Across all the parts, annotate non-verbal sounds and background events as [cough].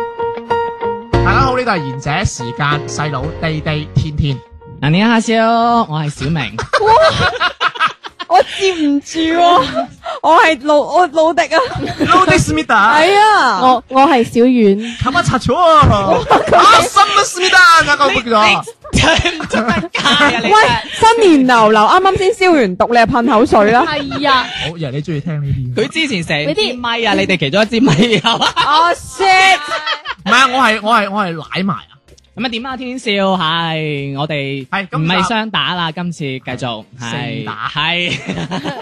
大家好，呢度係賢者時間，細佬地地天天。嗱，你阿蕭，我係小明，我接唔住喎， [laughs] 我係老我老迪啊， No this meter，係啊，我我係小遠，冚一擦咗啊！心乜 s m e t 啊，嗰個叫做喂，新年流流，啱啱先消完毒，你係噴口水 [laughs] 啦。係啊，好，人你中意聽呢啲。佢之前成你支啲咪啊，你哋其中一支咪啊，哦 shit！唔係啊，我係我係我係奶埋啊！ [laughs] 咁啊點啊？天天笑係我哋係今唔係集雙打啦，今次繼續係四打係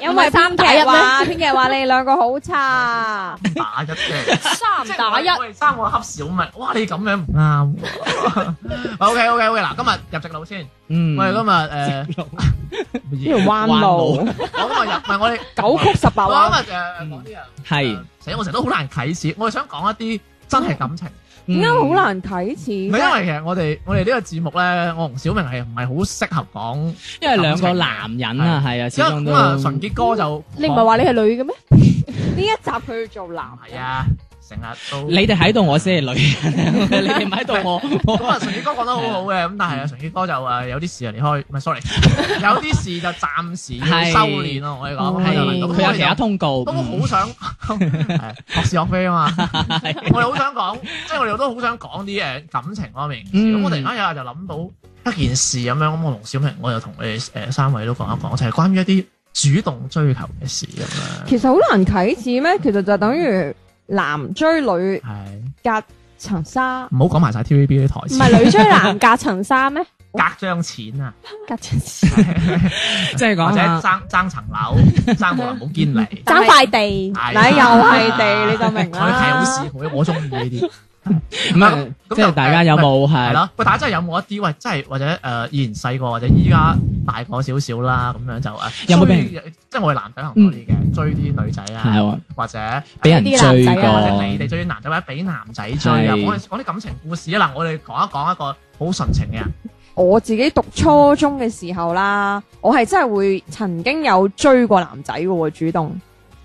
因為編打一劇咩話，編劇話你兩個好差，打一啫，三打一即係我哋生我恰小咪，哇！你咁樣唔 [laughs] 啱喎。OK OK OK，嗱，今日入直路先。嗯我哋 [laughs] 今日呢誒條，彎路彎我今日入唔係我哋九曲十八我彎，今日誒講啲啊，係死我成日都好難啟齒，我哋想講一啲真係感情。嗯點解好難啟唔係齒？因為其實我哋我哋呢個節目咧，我同小明係唔係好適合講，因為兩個男人啊，係啊，始因終為咁啊都純潔哥就你唔係話你係女嘅咩？ [laughs] 呢一集佢要做男係啊，成日都你哋喺度，我先係女人，你哋唔喺度，我咁啊，純潔哥講得好好嘅，咁但係啊，純潔哥就誒有啲事啊離開，唔 [laughs] 係 sorry，有啲事就暫時要係修練咯，我哋講係係咁佢有其他我哋就通告，都好想 [laughs] 係學是學非啊嘛， [laughs] 我哋好想講，即係我哋都好想講啲誒感情方面嘅事，嗯咁我突然間有日就諗到一件事咁樣，咁我同小明我就同你哋誒三位都講一講，就係關於一啲主動追求嘅事咁樣，其實好難啟齒咩？其實就等於男追女係隔層紗，唔好講埋晒 TVB 啲台唔詞，係女追男隔層 [laughs] 紗咩？隔張錢啊！隔層紗即係或講者下爭爭層樓，爭冇人冇堅尼，爭塊地，係 [laughs] 嗱又係地，你就明 [laughs] 佢係好啦事。，我我中意呢啲，唔係，咁即係大家有冇係係？咯？喂，大家真係有冇一啲喂，真係或者誒以前細個或者依家大個少少啦，咁樣就誒有冇追俾即係我哋男仔可能多啲嘅，追啲女仔係啊，喎，或者俾人追啲男仔啊或者你過哋。追啲男仔或者俾男仔追啊，係講講啲感情故事啊嗱，我哋講一講一個好純情嘅人，我自己讀初中嘅時候啦，我係真係會曾經有追過男仔嘅喎，主動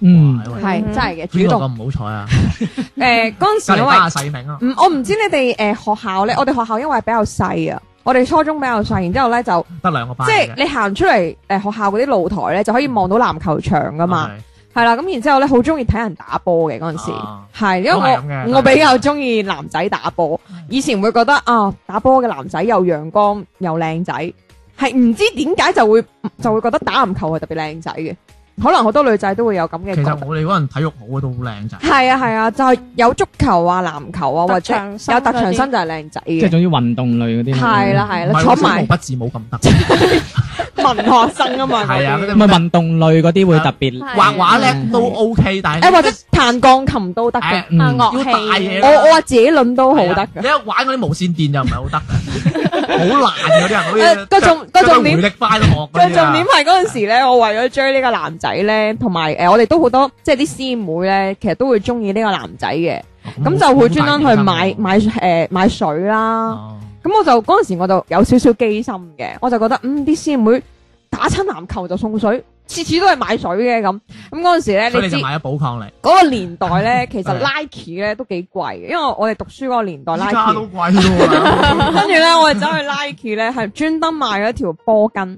嗯，哇係嗯真係嘅邊主個動。咁唔好彩啊？誒嗰陣時隔因離為班阿細明啊，唔，我唔知你哋誒學校咧，我哋學校因為比較細啊，我哋初中比較細，然之後咧就得兩個班即嘅係啫你行出嚟誒學校嗰啲露台咧，就可以望到籃球場噶嘛，係係啦。咁然之後咧，好中意睇人打波嘅嗰陣時。啊係，因為都係咁嘅我我比較中意男仔打波，以前會覺得啊，打波嘅男仔又陽光又靚仔，係唔知點解就會就會覺得打籃球係特別靚仔嘅，可能好多女仔都會有咁嘅其覺實得。我哋嗰陣體育好嘅都好靚仔。係啊係啊，就係有足球啊、籃球啊，特或者長身有特長嗰啲身就係靚仔即係嘅。總之運動類嗰啲。係啦係唔啦，係坐我想埋毛筆字冇咁得， [laughs] 文學生啊嘛。係啊，嗰啲嗰唔係啲運動類嗰啲會特別係畫畫叻都 OK，但係誒或者彈鋼琴都得嘅誒，嗯啊要樂大嘢器我我話自己論都好得你嘅。一玩嗰啲無線電就唔係好得 [laughs] 嘅，好難嘅啲人好似誒個重個重點回力翻學嗰最啲重啊點係嗰陣時咧，我為咗追呢個男仔咧，同埋呃誒我哋都好多即係啲師妹咧，其實都會中意呢個男仔嘅，嗯咁就會專登去買買誒、買水啦。哦咁、我就嗰陣時我就有少少機心嘅，我就覺得嗯啲師妹打親籃球就送水，次次都係買水嘅咁。咁嗰陣時咧，所以你你知就嗰買咗寶礦嚟，個年代 [laughs] 咧，其實係 Nike 咧都幾貴嘅，因為我哋讀書嗰個年代依家都 [laughs] Nike。貴咗啦。跟住咧，我哋走去 Nike 咧，係專登買咗條波巾，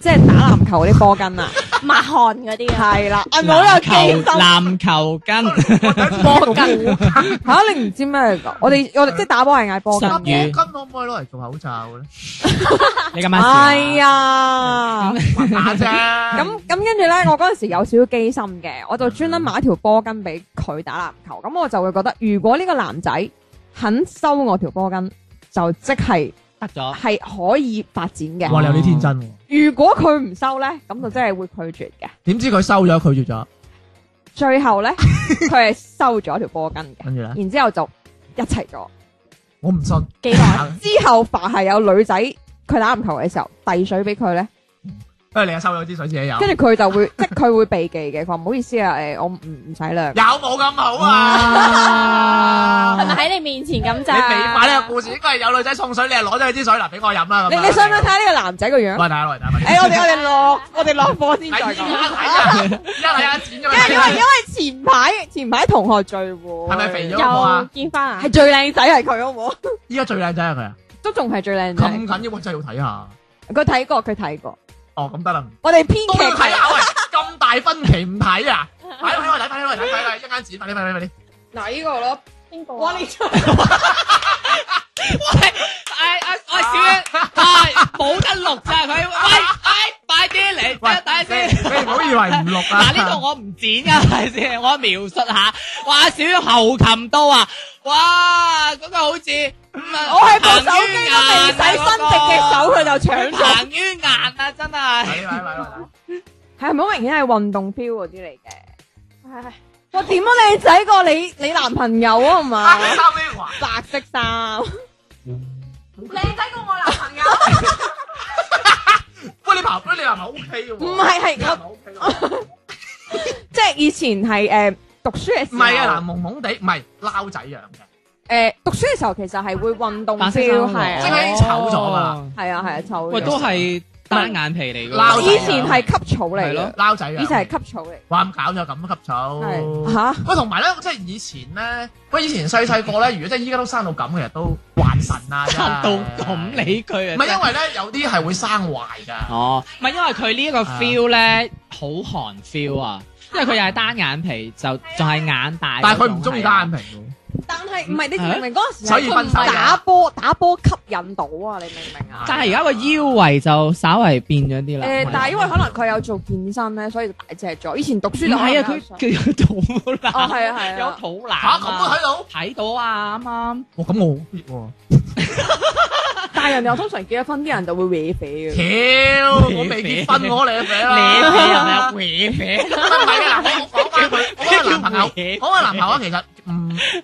即係打籃球嗰啲波巾啊。抹汗嗰啲啊，系啦，籃係咪好有球機心？籃球巾，波巾，吓你唔知咩嚟噶？我哋我哋即系打波係嗌波實 [laughs] 㗎。波魚巾可唔可以攞嚟做口罩咧？你咁係樣啊，話打啫， [laughs] 咁咁跟住咧，我嗰阵时有少少機心嘅，我就專登買一條波巾俾佢打籃球。咁我就會覺得，如果呢個男仔肯收我條波巾，就即係得咗。係可以發展嘅。哇！你有啲天真喎，如果佢唔收咧，咁就真係會拒絕嘅。 [laughs] 點知佢收咗拒絕咗？最後咧佢係收咗條波巾嘅，跟住咧，然之后就一齊咗。我唔信。幾耐？之後凡係有女仔佢打籃球嘅時候遞水俾佢咧，不如你又收咗支水自己有，跟住佢就會 [laughs] 即係佢會避忌嘅，佢話唔好意思啊，诶我唔唔使啦。有冇咁好啊？係咪喺你面前 [laughs] 咁你咋？美化呢個故事應該係有女仔送水，你係攞咗佢支水嗱，俾我飲啦。咁你樣你想唔想睇下呢個男仔個樣？ [laughs] 喂，大家，喂，大家，诶、我哋我哋落我哋落課先睇再依家講。睇啊，依家睇啊，剪咗因為因為佢。因為前排前排同學聚會，係咪肥咗個又啊？見翻啊係？最靚仔係佢好唔 [laughs] 好？依家最靚仔係佢啊！都仲係最靚咁仔。緊要，我真係要睇下。佢睇過，佢睇過。哦，咁得啦。我哋編我都要睇啊劇下喂，咁大分歧唔睇啊！快啲，快啲，快啲，快啲，快啲，一間剪，快啲，快啲，快啲。嗱呢個咯，邊個啊？哇呢個哎哎，我小英，哎冇得錄咋佢，喂，哎快啲嚟，喂，等下先。你你唔好以為唔錄啊！嗱呢度我唔剪噶，係咪先？我描述下，哇！小英後擒刀啊，哇！嗰、個好似啊我係部手機都未使伸直隻手，佢就搶咗。行於硬啊，真係。睇，睇，睇，睇。係咪好明顯係運動標嗰啲嚟嘅？唉我點都靚仔過你你男朋友啊嘛啊！，你收咩話？白色衫。靚仔過我男朋友，喂，你爬杯你男朋友 O K 嘅喎。唔係係你男朋友 O K 喎即係以前係誒、呃、讀書嘅時唔候，係啊，嗱，懵懵地，唔係撈仔樣嘅，誒、讀書嘅時候其實係會運動白標，色衫喎係即係啊佢已經醜咗㗎啦。係啊係啊，臭喂，樣都係單眼皮嚟㗎喎。鬧以前係吸草嚟係嘅咯，撈仔樣。以前係吸草嚟，哇，咁搞咗咁急係草。嚇喂，同埋咧，即係以前咧，喂，以前細細個咧，如果即係依家都生到咁，其實都還神啊！真係 [laughs] 到咁理佢啊！唔係因為咧，有啲係會生壞㗎。哦，唔係因為佢呢一個啊 feel 咧，好韓 feel 啊，因為佢又係單眼皮，就就係眼大嗰種係啊。但係佢唔中意單眼皮喎。但係唔係你啊明唔明嗰陣時所以係分手㗎打波打波吸引到啊？你明唔明啊？但係而家個腰圍就稍為變咗啲啦。誒，但係因為可能佢有做健身咧，所以就大隻咗。以前讀書就可能唔係有啊，佢上佢有肚腩，哦係啊係有啊，肚腩嚇，咁都睇到。睇到啊，啱啱哇，咁我好 fit 喎。但係人哋話通常結咗婚啲人就會搲肥 [laughs] 嘅。屌，我未結婚我嚟肥啦，你肥係咪啊？歪肥唔係嘅嗱，我我講翻 [laughs] 佢，我嗰個男朋友，我嗰個男朋友其實唔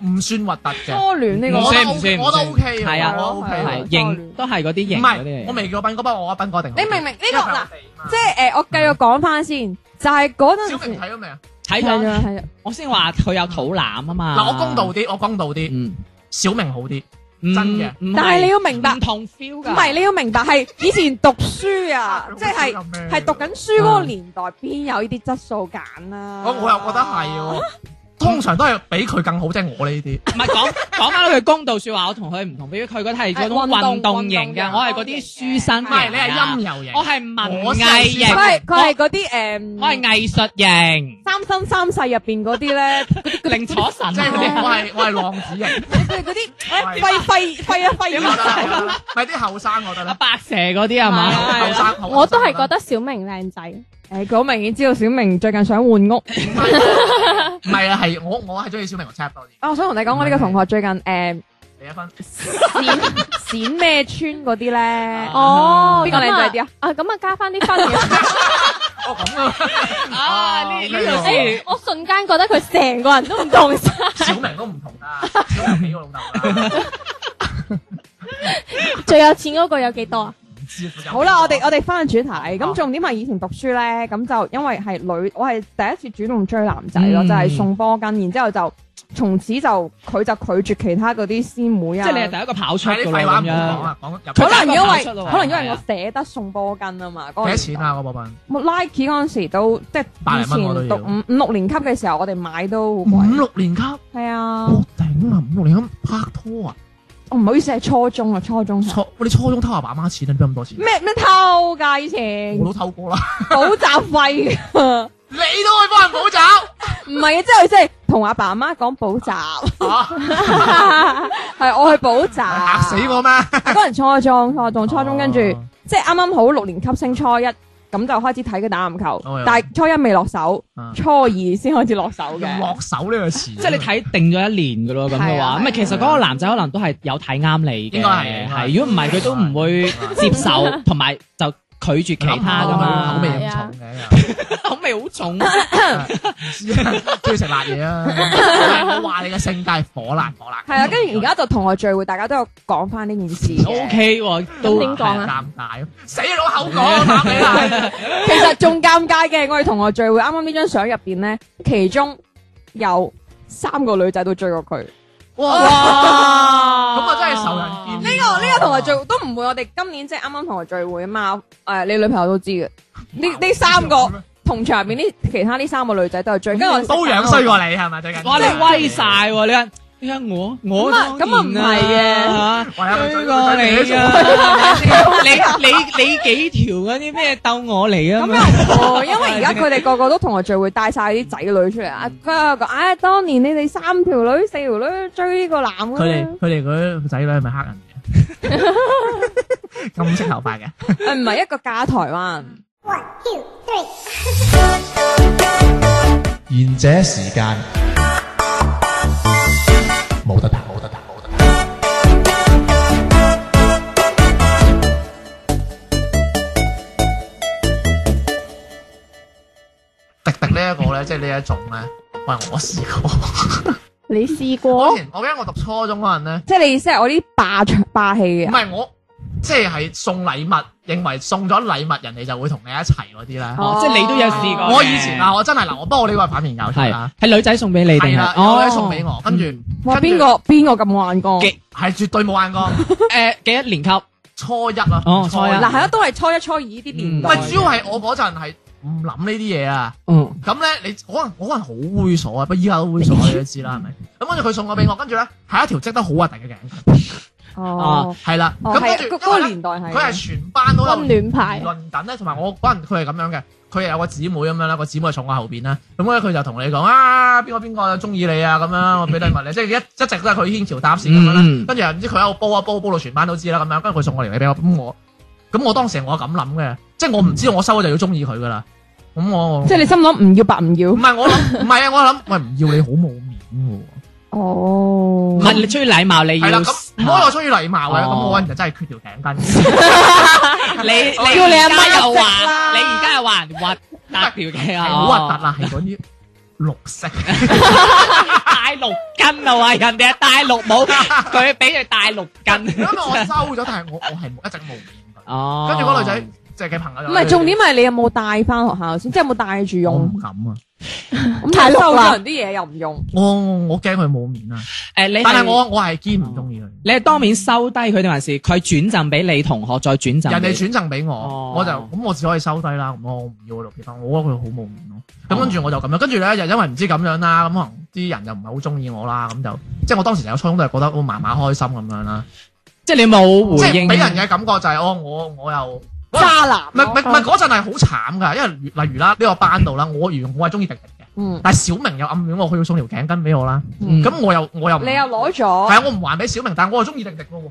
唔算核突初嘅，戀呢唔我算都唔算 OK，我都 OK 嘅，係啊我 OK 係啊嘅。係型，都係嗰啲型唔嗰啲嚟係，嘅。我未叫斌哥，不過我阿斌哥一定好你明唔明呢個因為佢嗱啊地嘛即係誒，我繼續講翻先，就係嗰陣小時明睇咗未啊？睇係咗，啊係啊，我先話佢有肚腩啊嘛。嗱，我公道啲，我公道啲，嗯，小明好啲，嗯真嘅，唔但係你要明白唔同 feel 唔㗎。係你要明白係以前讀書啊即係。係讀緊書嗰個年代，邊有呢啲質素揀啊？哦我我又覺得係喎，通常都係比佢更好，即係我呢啲。唔係 [laughs] 講講翻佢公道説話，我同佢唔同，因為佢嗰啲係嗰種係運動運動型運動嘅，型我係嗰啲書生唔型係，㗎。你係陰柔型我。係文我先係藝書型，生佢係佢係我嗰啲誒，我係藝術型，三生三世入邊嗰啲咧，令楚神即係嗰啲我我係我係浪子型，佢哋嗰啲誒揮揮揮一揮二點啊覺得世啦？咪啲後生我覺得阿啦，白蛇嗰啲係係嘛？啊後生我都係覺得小明靚仔。誒，佢好明顯知道小明最近想換屋。唔係唔係啊，係我我係中意小明個 chap 多啲，啊，我想同你講，我呢個同學最近誒你一分閃閃咩村嗰啲咧，Ờ, 哦邊個靚仔啲啊？啊，咁啊加翻啲分。哦咁啊，啊呢呢度先誒我瞬間覺得佢成個人都唔同晒，小明都唔同啦，小明俾我老豆啊啦，最有錢嗰個有幾多啊？唔知佢有冇好啦，我哋我哋翻去主題，哎咁啊重點係以前讀書咧，咁就因為係女，我係第一次主動追男仔咯，嗯就係送波巾，然之後就從此就佢就拒絕其他嗰啲師妹即啊。係你係第一個跑出係㗎啲咯廢話咁唔好講樣。啊啦，講入可能因為出咯可能因為係我啊捨得送波巾啊嘛，嗰個幾多年代錢啊嗰部分？冇？Nike 嗰陣時都即係百以零蚊我都前要讀五五六年級嘅時候，我哋買都好五貴。六年級，係啊，我頂啊！五六年級拍拖啊，我唔好意思係初中啊，初中初我哋初中偷阿爸媽錢，你俾咁多錢？咩咩偷㗎以前我都偷過啦，補習費㗎，你都去幫人補習唔係啊，即係即係同阿爸媽講補習。嚇 [laughs] 係我去補習，嚇死！我咩？嗰人初中，初中，初中跟住哦即係啱啱好六年級升初一，咁就開始睇佢打籃球哦，但係初一未落手啊，初二先開始落手用嘅。落手呢個詞，即係你睇定咗一年㗎咯，咁嘅話，係啊係啊咁咪其實嗰個男仔可能都係有睇啱你嘅，應該係應該係係如果唔係佢都唔會接受，同埋就拒絕其他噶嘛，口味係唔啊重嘅，口味好重，啊 [laughs] 唔知啊，中意食辣嘢啊，我話你嘅性格係火辣火辣。係啊，跟住而家就同學聚會，大家都有講翻呢件事 O O 嘅。 K 喎，都點講啊尷尬，死老 [laughs] 口講答你啦，其實仲尷尬嘅，我哋同學聚會啱啱呢張相入邊咧，其中有三個女仔都追過佢。咁啊真係仇人見面。呢個呢個同學聚會都唔會，我哋今年即係啱啱同學聚會啊嘛。誒，你女朋友都知嘅。呢呢三個同場入邊呢其他呢三個女仔都有追，跟住我都樣衰過你係咪最近？哇！你威晒喎，你睇你睇我我咁啊當咁啊唔然啦喂啊嚇追追過你 [laughs] 啊！你你你幾條嗰啲咩鬥我嚟啊？咁咁又樣唔會，因為而家佢哋個個都同學聚會帶晒啲仔女出嚟啊！佢又講：，唉，當年你哋三條女、四條女追呢個男佢嘅哋，佢哋嗰啲仔女係咪黑人 [laughs] 嘅？金色頭髮嘅，誒唔係一個嫁台灣。 One, two, three. 賢者時間冇得彈，冇得彈，冇得彈。迪迪呢一個咧，即係呢一種咧。喂，我試過，你試我過以？前哦我記得我讀初中嗰陣咧，即係你意思係我啲霸場霸氣唔嘅係我即係係送禮物，認為送咗禮物人哋就會同你一齊嗰啲咧。哦即係你都有試過嘅。我以前啊，我真係嗱，我不過我呢個係反面教材係啦，係女仔送俾你定係啦，係哦嗯有女送俾我，跟住哇！跟住邊個邊個咁玩過？幾係絕對冇 [laughs] 眼光，誒幾多年級？初一啦，哦初一嗱，係啊，都係初一初二呢啲年代喂嘅。，主要係我嗰陣係唔諗呢啲嘢啊。嗯，咁咧，你可能我可能好猥瑣啊，不過依家都猥瑣，你都知啦，係咪？咁跟住佢送我俾我，跟住咧係一條織得好核突嘅頸巾，哦，係啦。哦，咁係跟啊住嗰嗰因個為呢年代係佢係全班都有温暖牌，論緊咧，同埋我嗰陣佢係咁樣嘅，佢係有個姊妹咁樣啦，個姊妹係坐我後邊啦，咁咧佢就同你講啊，邊個邊個中意你啊，咁樣我俾禮物你，即係一一直都係佢牽橋搭線咁樣啦嗯，跟住又唔知佢喺度煲啊煲，煲到全班都知啦咁樣，跟住佢送我嚟俾我，咁我咁我當時我係咁諗嘅，即係我唔知道我收咗就要中意佢噶啦，咁我即係你心諗唔要白唔要唔。係我諗，唔係啊，我諗喂唔 [laughs] 要你好冇面哦唔係你中意禮貌，你喎，係要啦，咁唔好我中意禮貌嘅，咁哦我嗰陣就真係缺條頸巾，你你叫你阿媽而家又食話，啦你而家又話人核突條頸啊，好核突啦，係嗰啲綠色。戴六根啊！喂，人哋係戴綠帽，佢俾佢戴六因為根。我收咗，但係我我係一直冇面㗎。哦，跟住嗰女仔即係嘅朋友就唔係重點係你有冇帶翻學校先，即係有冇帶住我用唔？敢啊！咁太但係碌收啦咗人啲嘢又唔用，我我驚佢冇面啊！誒，你但係我我係堅唔中意佢，你係當面收低佢定還是佢轉贈俾你同學再轉贈人俾哋你？轉贈俾哦我，我就咁我只可以收低啦。咁我唔要嗰六皮分，我覺得佢好冇面咯。咁跟住我就咁樣，跟住咧又因為唔知咁樣啦，咁可能啲人又唔係好中意我啦，咁就即係我當時有初中都係覺得我麻麻開心咁樣啦，即係你冇即回係應，俾人嘅感覺就係哦，我我又。渣男啊哦唔係唔係唔係嗰陣係好慘㗎，因為如例如啦呢個班度啦，我如我係中意迪迪嘅，嗯，但係小明又暗戀我，佢要送條頸巾俾我啦。嗯咁我又我又唔你又攞係啊咗，，我唔還俾小明，但係我又中意迪迪嘅喎。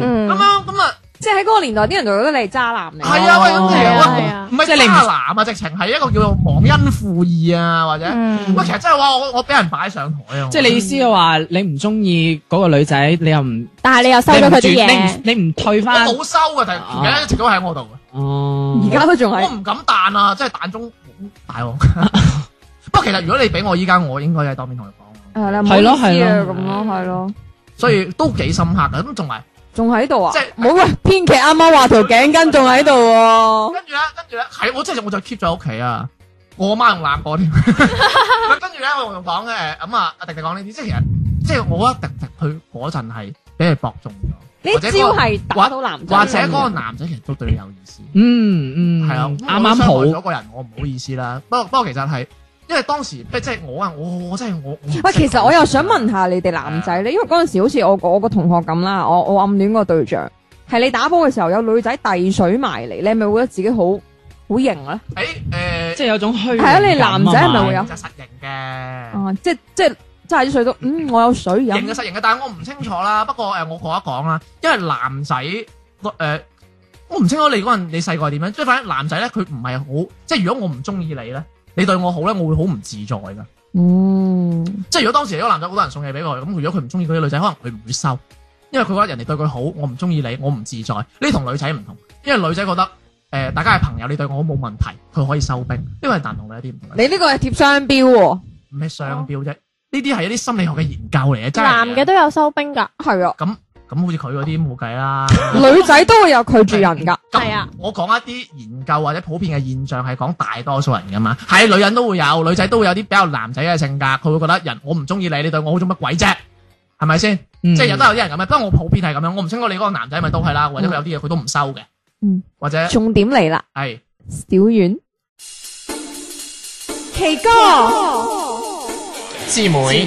嗯，嗯咁，樣咁啊，即係喺嗰個年代啲人就覺得你係渣男嚟。係啊，喂，咁其係實啊喂係啊唔係即係你渣唔男啊，直情係一個叫做忘恩負義啊，或者嗯喂，其實真係話我我俾人擺上台啊，即係你意思係話你唔中意嗰個女仔，你又唔但係你又收咗佢啲嘢，你唔轉你唔你唔退我翻冇收啊嘅，但啊係條頸一直都喺我度嘅，哦而家都仲我係，唔敢彈啊，真係彈中好大 [laughs] 鑊。不過其實如果你俾我依家，我應該係當面同佢講，係啦，係咯唔好意思啊係咯咁咯，係咯，所以都幾深刻嘅。咁仲埋仲喺度啊即係？冇喂，編劇啱啱話條頸巾仲喺度喎，跟住咧，跟住咧，係我真係我就 keep 咗喺屋企啊！我媽仲攬我添。跟住咧，我仲講嘅咁啊，阿迪迪講 [laughs] 呢啲，即係其實即係我覺得迪迪佢嗰陣係俾佢博中咗，或呢者招嗰係打到男個仔或嘅，者嗰個男仔其實都對你有意思，嗯嗯，係啊，啱啱我傷害好咗個人，我唔好意思啦。不過不過其實係因為當時即係我啊，我我真係我我唔識喂，其實我又想問佢下你哋男仔咧，因為嗰陣時好似我個我個同學咁啦，我我暗戀個對象，係你打波嘅時候有女仔遞水埋嚟，你係咪會覺得自己好好型啊咧？誒誒，即係有種虛榮係啊感你男仔係咪嘛會有就實型嘅。啊，即即揸住啲水都，嗯，我有水飲型嘅，實型嘅，但係我唔清楚啦。 [laughs] 不過誒、呃我講一講啦，因為男仔個誒，我唔清楚你嗰陣你細個係點樣，即係反正男仔咧，佢唔係好，即係如果我唔中意你咧，你對我好咧，我會好唔自在噶。嗯，即係如果當時有個男仔好多人送嘢俾我，咁如果佢唔中意嗰啲女仔，可能佢唔會收，因為佢覺得人哋對佢好，我唔中意你，我唔自在。呢同女仔唔同，因為女仔覺得誒、誒大家係朋友，你對我好冇問題，佢可以收兵。呢個係男同女有啲唔同嘅，你呢個係貼商標喎，咩商標啫？呢啲係一啲心理學嘅研究嚟嘅，真係男嘅都有收兵㗎，係啊，咁好似佢嗰啲冇計啦。女仔都會有拒絕人㗎，係啊，我講一啲研究或者普遍嘅現象係講大多數人噶嘛，係女人都會有，女仔都會有啲比較男仔嘅性格，佢會覺得人我唔中意你，你對我好做乜鬼啫？係咪先？即嗯即係有都有啲人咁樣，不過我普遍係咁樣，我唔清楚你嗰個男仔咪都係啦，或者佢有啲嘢佢都唔收嘅，嗯或者重點嚟啦，係小丸，奇哥，姊妹，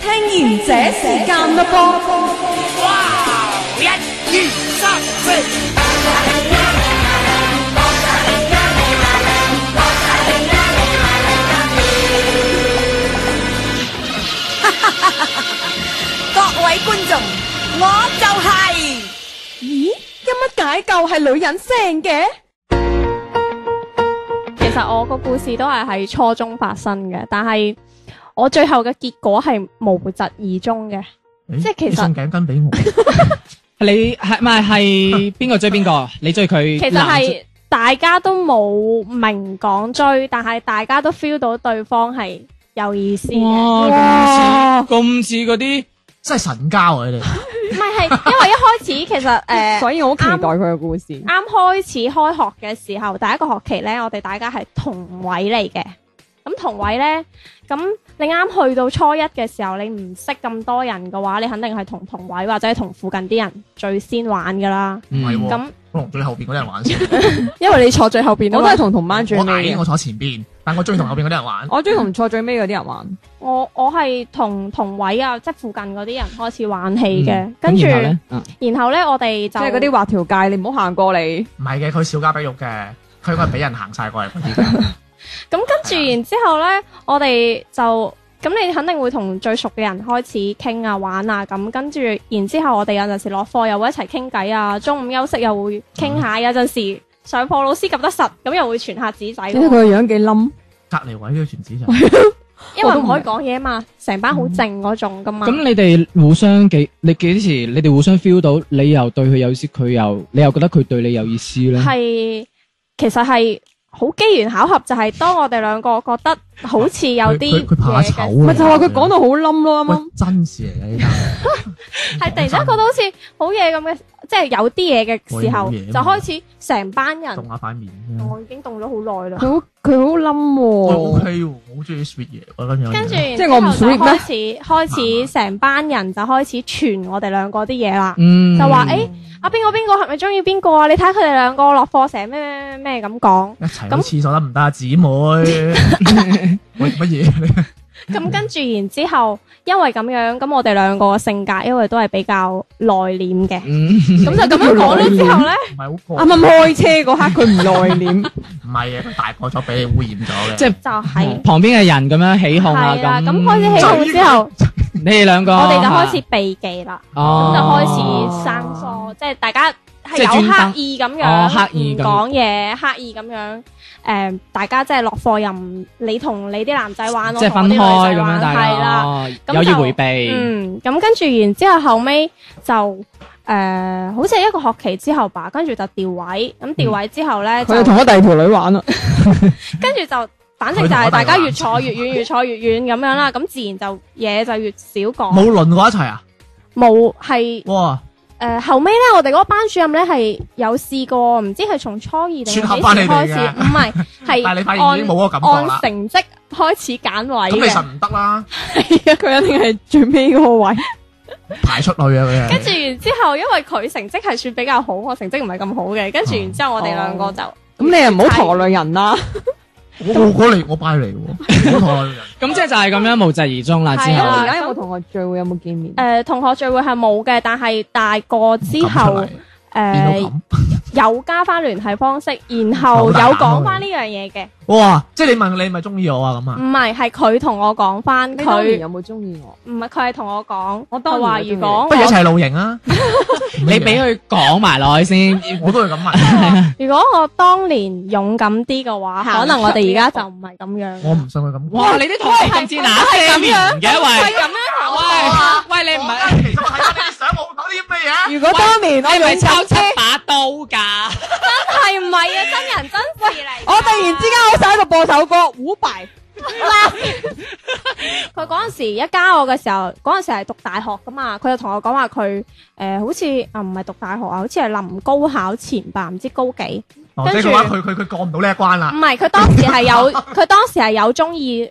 聽完這時間啦噃。咦，有乜解救係女人聲嘅？其實我個故事都係喺初中發生嘅，但係我最後嘅結果係無疾而終嘅。即係其實你送頸巾俾我， [laughs] 你係咪係邊個追邊個？你追佢，其實男追係大家都冇明講追，但係大家都 feel 到對方係有意思嘅。嗯哇咁似咁似嗰啲真係神交啊！你哋唔係係因為一開始其呃實誒。所以我好期待佢嘅故事。啱開始開學嘅時候，第一個學期呢，我哋大家係同位嚟嘅。咁同位呢，咁你啱去到初一嘅時候，你唔識咁多人嘅話，你肯定係同同位或者係同附近啲人最先玩噶啦。唔係嗯喎，咁我同最後邊嗰啲人玩先，因為你坐最後邊，啊我都係同同班最我尾矮我嘅。坐前邊，但我追同後邊嗰啲人玩，我中意同坐最尾嗰啲人玩，我我係同同位啊，即係附近嗰啲人開始玩起嘅。嗯跟住咁然後咧，嗯然後呢，我哋即就係嗰啲畫條界，你唔好行過嚟。唔係嘅，佢小家碧玉嘅，佢應該係俾人行晒過嚟嗰 [laughs] 啲嘅，咁跟住係啊然之後呢，我哋就咁你肯定會同最熟嘅人開始傾啊玩啊咁，跟住然之後我哋有陣時落課又會一齊傾偈啊，中午休息又會傾下，有陣時上課老師及得實，咁又會傳下紙仔睇佢喎，個樣幾冧，隔離位嘅全子就因為唔可以講嘢嘛，成班好靜嗰種噶嘛。咁你哋互相幾你幾時你哋互相 feel 到你又對佢有意思，佢又你又覺得佢對你有意思咧？係其實係好機緣巧合，就係、當我哋兩個覺得好似有佢佢啲佢怕嘢嘅醜啊，咪就話佢講到好冧咯，啱喂啱。真事嚟嘅呢單嘢， [laughs] 係突然間覺得好似好嘢咁嘅，即係有啲嘢嘅時候，會有嘢就開始成班凍人，下塊面啫。我已經凍咗好耐啦。佢好佢好我冧 OK 喎，喎，我好中意 sweet 嘢喎，咁樣。跟住即係我唔就 sweet 咩開始開始成班人就開始傳我哋兩個啲嘢啦，嗯，就啊話誒阿邊個邊個係咪中意邊個啊？你睇佢哋兩個落課成日咩咩咩咩咁講，一齊去廁所得唔得啊，姊 [laughs] 妹？喂，乜嘢？咁跟住然之後，因為咁樣，咁我哋兩個嘅性格因為都係比較內斂嘅，嗯咁就咁樣講咗之後咧，唔係好過，啱啱開車嗰刻佢哎唔內斂，唔係嘅，啊佢大個咗俾你污染咗嘅。即係就 [laughs] 係旁邊嘅人咁樣嗯起哄啊係啦，咁，嗯咁開始起哄之後，你哋兩個，啊我哋就開始避忌啦。咁就開哦始生疏，即係大家係即係有專登刻意咁哦樣，刻意唔咁講嘢，刻意咁樣。誒，大家即係落課又唔，你同你啲男仔玩，我即係同我分啲開女咁仔玩，樣，大家係啦。哦咁有意就迴避，嗯，咁跟住然之後後尾就誒，好似係一個學期之後吧，跟住就調位，咁嗯調位之後咧就佢就同咗第二條女玩啦。跟住就，反正就係大家越坐越遠，越坐越遠咁樣啦，咁自然就嘢就越少講，冇輪過一齊啊！冇係。哇，誒、後呃尾咧，我哋嗰個班主任咧係有試過，唔知係從初二定係幾時撮合返你哋開始，嘅唔係 [laughs] 但係你發係現已經按冇嗰個感覺啦按。成績開始揀咁位你實嘅，唔得啦，佢一定係最尾嗰個位，排出去啊！佢跟住然之後，因為佢成績係算比較好，我成績唔係咁好嘅，跟哦住然之後我哋兩個就咁你又唔好拖累人啦。我我我嚟，我拜你喎，好台人。咁即係就係咁樣無疾而終啦。之係後啊而家有冇同學聚會？有冇見面？誒、呃同學聚會係冇嘅，但係大個之咁後出誒嚟、變到咁，有加翻聯繫方式，然後好有難啊講翻呢樣嘢嘅，哇！即係你問你係咪中意我啊咁啊？唔係係佢同我講翻你當年佢，有冇中意我？唔係佢係同我講，我當佢然話有如中意果不如一我齊露營 [laughs] 啊！你俾佢講埋落去先，我都係咁問，如果我當年勇敢啲嘅話，行可能我哋而家出就唔係咁樣。我唔信佢咁。哇！你啲同事咁似那些年嘅喂，咁樣啊喂喂你唔係其實我睇下你啲相，我講啲咩嘢啊？如果當年我你咪用抄手七機，把刀噶？系唔系啊？真人真事嚟㗎。我突然之間好想喺度播首歌，五百。佢嗰阵时一加我嘅時候，嗰阵时系读大學噶嘛，佢就同我講話佢诶，好似啊唔係讀大學啊，好似係臨高考前吧，唔知高幾。哦，即係跟住佢話佢佢佢過唔到呢一關啦唔。係，佢當時係 [laughs] 有，佢當時係有中意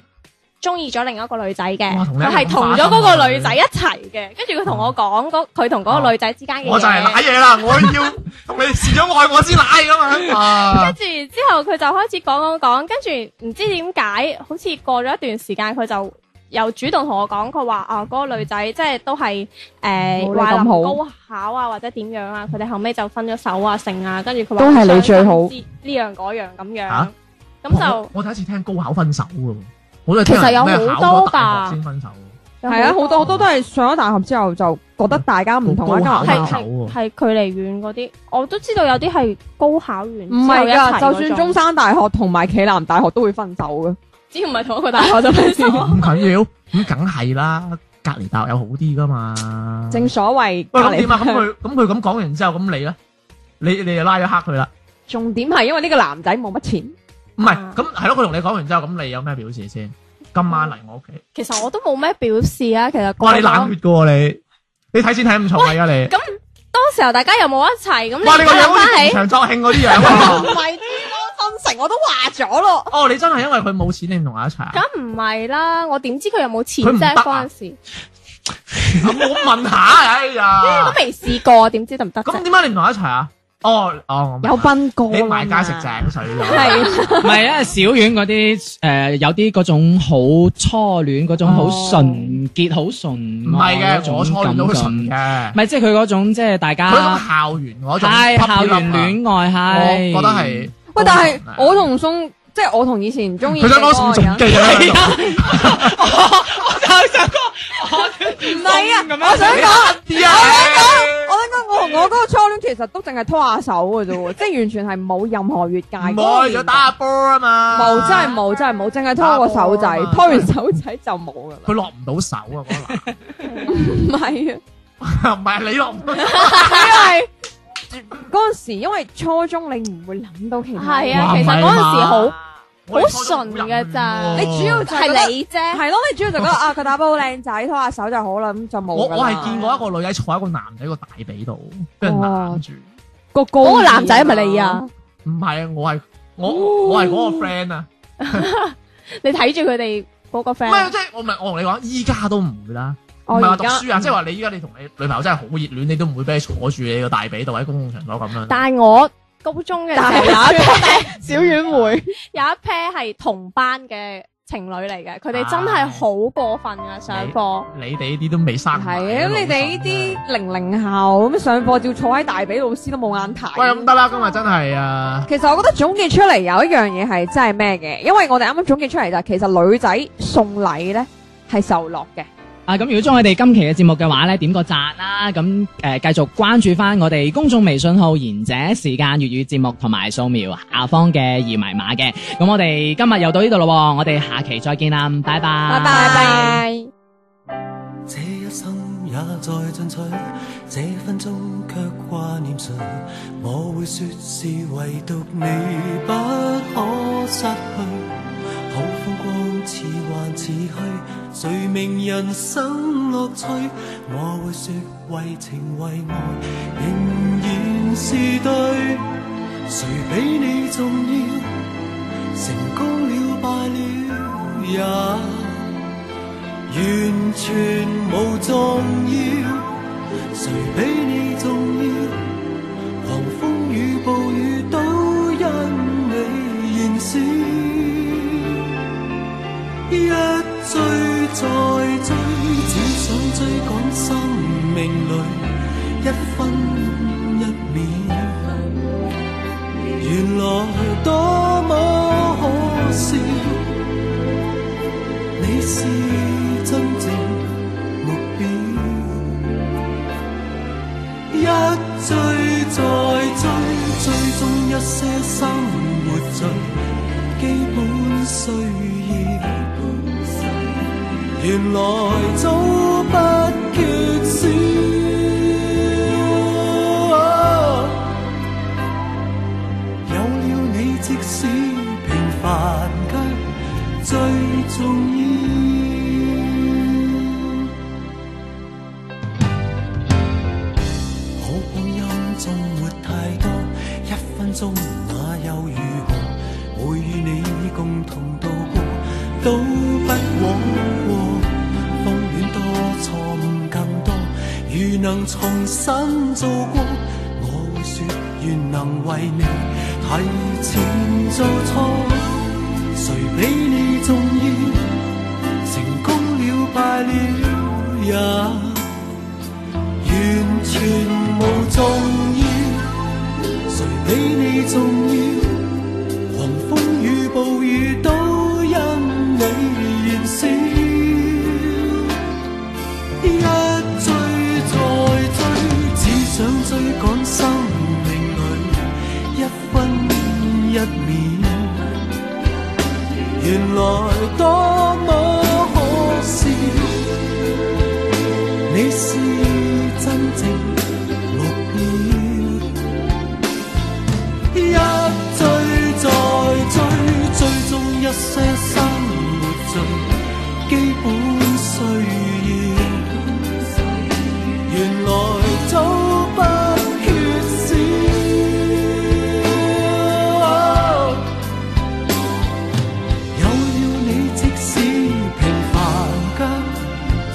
中意咗另一個女仔嘅，哇同你佢係咁同花咗心嗰個啊女仔一齊嘅。跟住佢同我講嗰，佢同嗰個女仔之間嘅哦我就係嘢濑。嘢啦，我要同你示咗愛我先濑噶嘛。啊跟，住之後佢就開始講講講，跟住唔知點解，好似過咗一段時間，佢就又主動同我講，佢話啊嗰、個女仔即係都係冇誒你話咁好臨高考啊或者點樣啊，佢哋後尾就分咗手啊成啊，跟住佢話都係你傷心最好之呢樣嗰樣咁樣，咁、嚇就我我第一次聽高考分手噶喎，我都係聽其實有人咩好考多咗大㗎學先分手喎。係啊，好多好多都係上咗大學之後就覺得大家唔同高啦，考家分下手係喎。係距離遠嗰啲，我都知道有啲係高考完唔唔係㗎，㗎，就算中山大學同埋暨南大學都會分手嘅。只要唔係同一個 [laughs] 大學就分手。唔緊要，咁梗係啦，隔離大學有好啲噶嘛。正所謂隔喂，咁離點啊？咁佢咁佢咁講完之後，咁你咧？你你就拉咗黑佢啦？重點係因為呢個男仔冇乜錢，唔係，啊咁係咯，佢同你講完之後，咁你有咩表示先？今晚嚟我屋企，其實我都冇咩表示啊，其實哇！你講冷血噶喎你，你睇錢睇咁重啊而家你，咁當時候大家又冇一齊，咁哇！你你個樣諗好似翻逢起，場作興嗰啲 [laughs] 樣啊。唔係啲新城我都話咗咯。哦，你真係因為佢冇錢，你唔同我一 [laughs] 齊啊？咁唔係啦，我點知佢有冇錢佢唔得啫？啊嗰陣時咁我問下，哎都呀，未試過，點知得唔得咁啫？點解你唔同我一齊啊？哦哦，我明有斌哥啊你埋街食正，井水咗。係唔係啊，小丸嗰啲誒有啲嗰種好初戀嗰種好純潔、好純哦唔係愛嗰嘅，種我初戀都好純感覺嘅唔。係即係佢嗰種即係大佢嗰種家校園嗰種係 puppy 校 love 啊園戀愛係，我覺得係。喂，但係我同宋，即係我同以前中意哦佢想攞宋宋仲基係啊！啊，我我就想講，我唔唔係啊，我想講。啲啊！ [laughs] 我應該我同我嗰個初戀其實都淨係拖下手嘅啫喎，即係完全係冇任何越界。唔愛咗打下波啊嘛！冇，真係冇，真係冇，淨係拖個手打波仔，啊嘛拖完手仔就冇噶啦。 [laughs] 佢落唔到手啊！唔嗰個係啊，男唔係你落唔 [laughs] 到手，因為嗰陣時因為初中你唔會諗到其他嘢係啊，哇其實嗰陣時唔係好嘛我哋初中好純㗎咋好人喎啊你主要就係覺得係你啫，係咯，你主要 [laughs] 就覺得啊，佢打波好靚仔，拖下手就好啦，咁就冇我㗎啦。我係見過一個女仔坐喺個男仔個大髀度，俾人攬住。個高嗰個男仔係咪你啊？唔係啊，我係哦我我係嗰個 friend 啊！你睇住佢哋嗰個唔係 friend，即係我咪我同你講，依家都唔會啦。我唔係話哦而讀家書啊，即係話你依家你同你女朋友真係好熱戀，你都唔會俾你坐住你個大髀度喺公共場所咁樣。但係我高中嘅時但係候有 [laughs] 有一 [laughs] 小丸會，有一 pair 係同班嘅情侶嚟嘅，佢哋真係好過分啊！上課你哋呢啲都未生係埋啊，咁你哋呢啲零零後咁上課照坐喺大髀，老師都冇眼喂睇咁。得啦，今日真係啊，其實我覺得總結出嚟有一樣嘢係真係咩嘅，因為我哋啱啱總結出嚟就係其實女仔送禮咧係受落嘅，啊，咁如果中意我哋今期嘅節目嘅話咧，點個讚啦，咁誒、呃、繼續關注翻我哋公眾微信號賢者時間粵語節目同埋掃描下方嘅二維碼嘅，咁我哋今日又到呢度咯喎，我哋下期再見啦，拜拜，拜拜拜。這一生也在進取，這分鐘卻掛念誰？我會說是唯獨你不可失去。好風光似幻似虛，誰明人生樂趣？我會說為情為愛，仍然是對。誰比你重要？成功了敗了也。完全無重要，誰比你重要？狂風與暴雨都因你燃燒，一追再追，只想追趕生命裏一分一秒。原來多麼可笑。你是真正目標，一追再追，追蹤一些生活最基本需要，原來早不缺少。都不枉過，風遠多，錯誤更多。如能重新做過，我會說願能為你提前做錯。誰比你重要？成功了敗了也完全無重要，誰比你重要？狂風與暴雨都因你燃燒，一追再追，只想追趕生命裏一分一秒。原來多麼可笑，你是真正目標。一追再追，追蹤一些生活最基本需要，原來早不缺少。有了你，即使平凡間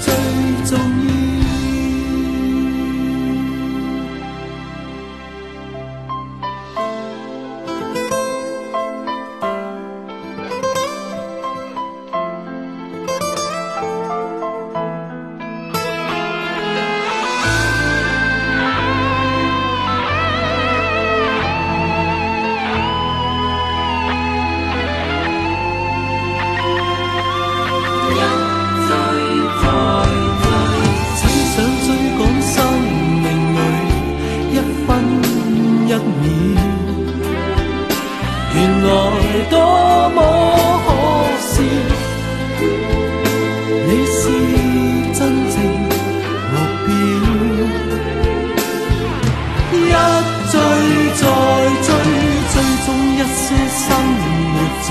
最重要。只想追趕生命裏一分一秒，原來多麼可笑。你是真正目標，一追再追，追蹤一些生活最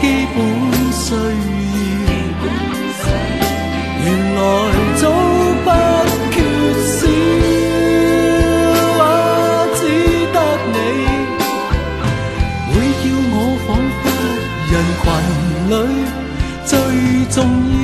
基本需要。原來早不缺少，啊，只得你會叫我彷彿人群裏最重要。